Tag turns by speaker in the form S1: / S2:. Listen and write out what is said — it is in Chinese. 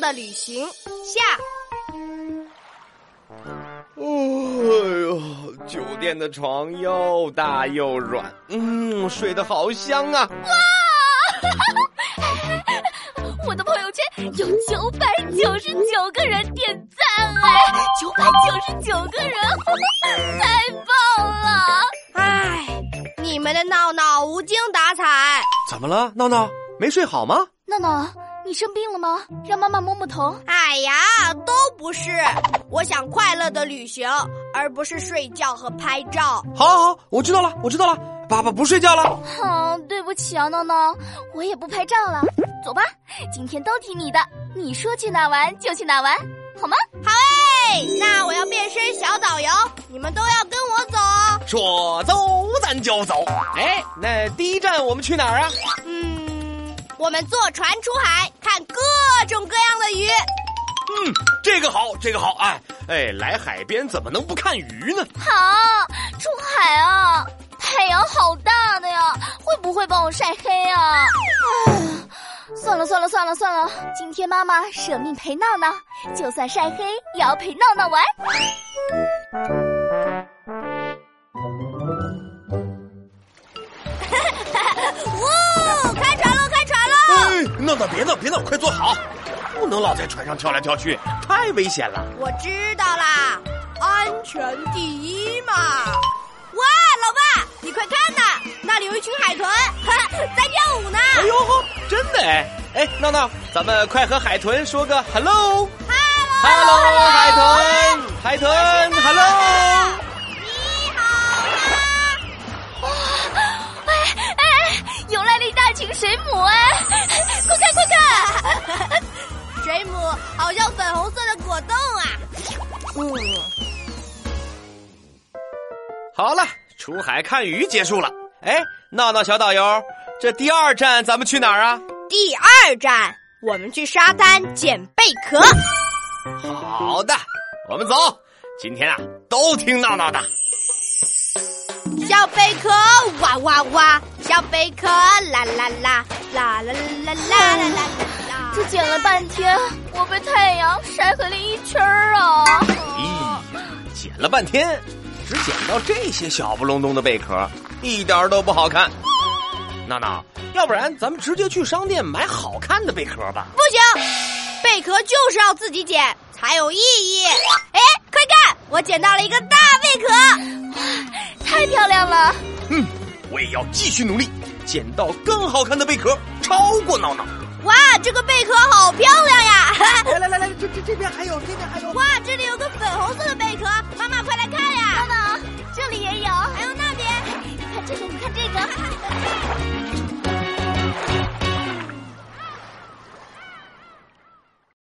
S1: 的旅行下。
S2: 哎呦，酒店的床又大又软，嗯，睡得好香啊！
S3: 我的朋友圈有九百九十九个人点赞哎，九百九十九个人， 太棒了！
S1: 唉，哎你们的闹闹无精打采。
S2: 怎么了，闹闹？没睡好吗？
S3: 闹闹，你生病了吗？让妈妈摸摸头。
S1: 哎呀，都不是，我想快乐的旅行，而不是睡觉和拍照。
S2: 好，好，好，我知道了，我知道了，爸爸不睡觉了。
S3: 好，对不起啊，闹闹，我也不拍照了。走吧，今天都听你的，你说去哪玩就去哪玩，好吗？
S1: 好哎，那我要变身小导游，你们都要跟我走哦。
S2: 说走咱就走。哎，那第一站我们去哪儿啊？
S1: 嗯，我们坐船出海，看各种各样的鱼。
S2: 嗯，这个好，这个好。哎哎，来海边怎么能不看鱼呢？
S3: 好，出海啊！太阳好大的呀，会不会把我晒黑啊？唉算了算了算了算了，今天妈妈舍命陪闹闹，就算晒黑也要陪闹闹玩。
S1: 哇，开船喽，开船喽！
S2: 哎，闹闹别闹别闹，快坐好，不能老在船上跳来跳去，太危险了。
S1: 我知道啦，安全第一嘛！哇，老爸，你快看呐，那里有一群海豚， 哈，在跳舞呢。
S2: 哎呦呵，真的哎！哎，闹闹，咱们快和海豚说个 hello。hello hello 海豚，海豚 hello。
S1: 你好呀！
S3: 哎哎，游来了一大群水母哎，快看快看！
S1: 水母好像粉红色的果冻啊。嗯，
S2: 好了，出海看鱼结束了。哎，闹闹小导游，这第二站咱们去哪儿啊？
S1: 第二站我们去沙滩捡贝壳。
S2: 好的，我们走。今天啊，都听闹闹的。
S1: 小贝壳哇哇哇，小贝壳啦啦啦啦啦啦啦啦啦啦。
S3: 这捡了半天，我被太阳晒黑了一圈儿啊！
S2: 咦，捡了半天，只捡到这些小不隆咚的贝壳，一点儿都不好看。闹闹，要不然咱们直接去商店买好看的贝壳吧。
S1: 不行，贝壳就是要自己捡才有意义。哎，快看，我捡到了一个大贝壳！
S3: 太漂亮了！
S1: 啊
S2: 嗯，我也要继续努力，捡到更好看的贝壳，超过闹闹。
S1: 哇，这个贝壳好漂亮呀！
S4: 来来来来，这这这边还有，这边还有。
S1: 哇，这里有个粉红色的贝壳，妈妈快来看
S3: 闹
S1: 呀！
S3: 闹，这里也有，
S1: 还有那边，
S3: 你看这个，你看这个，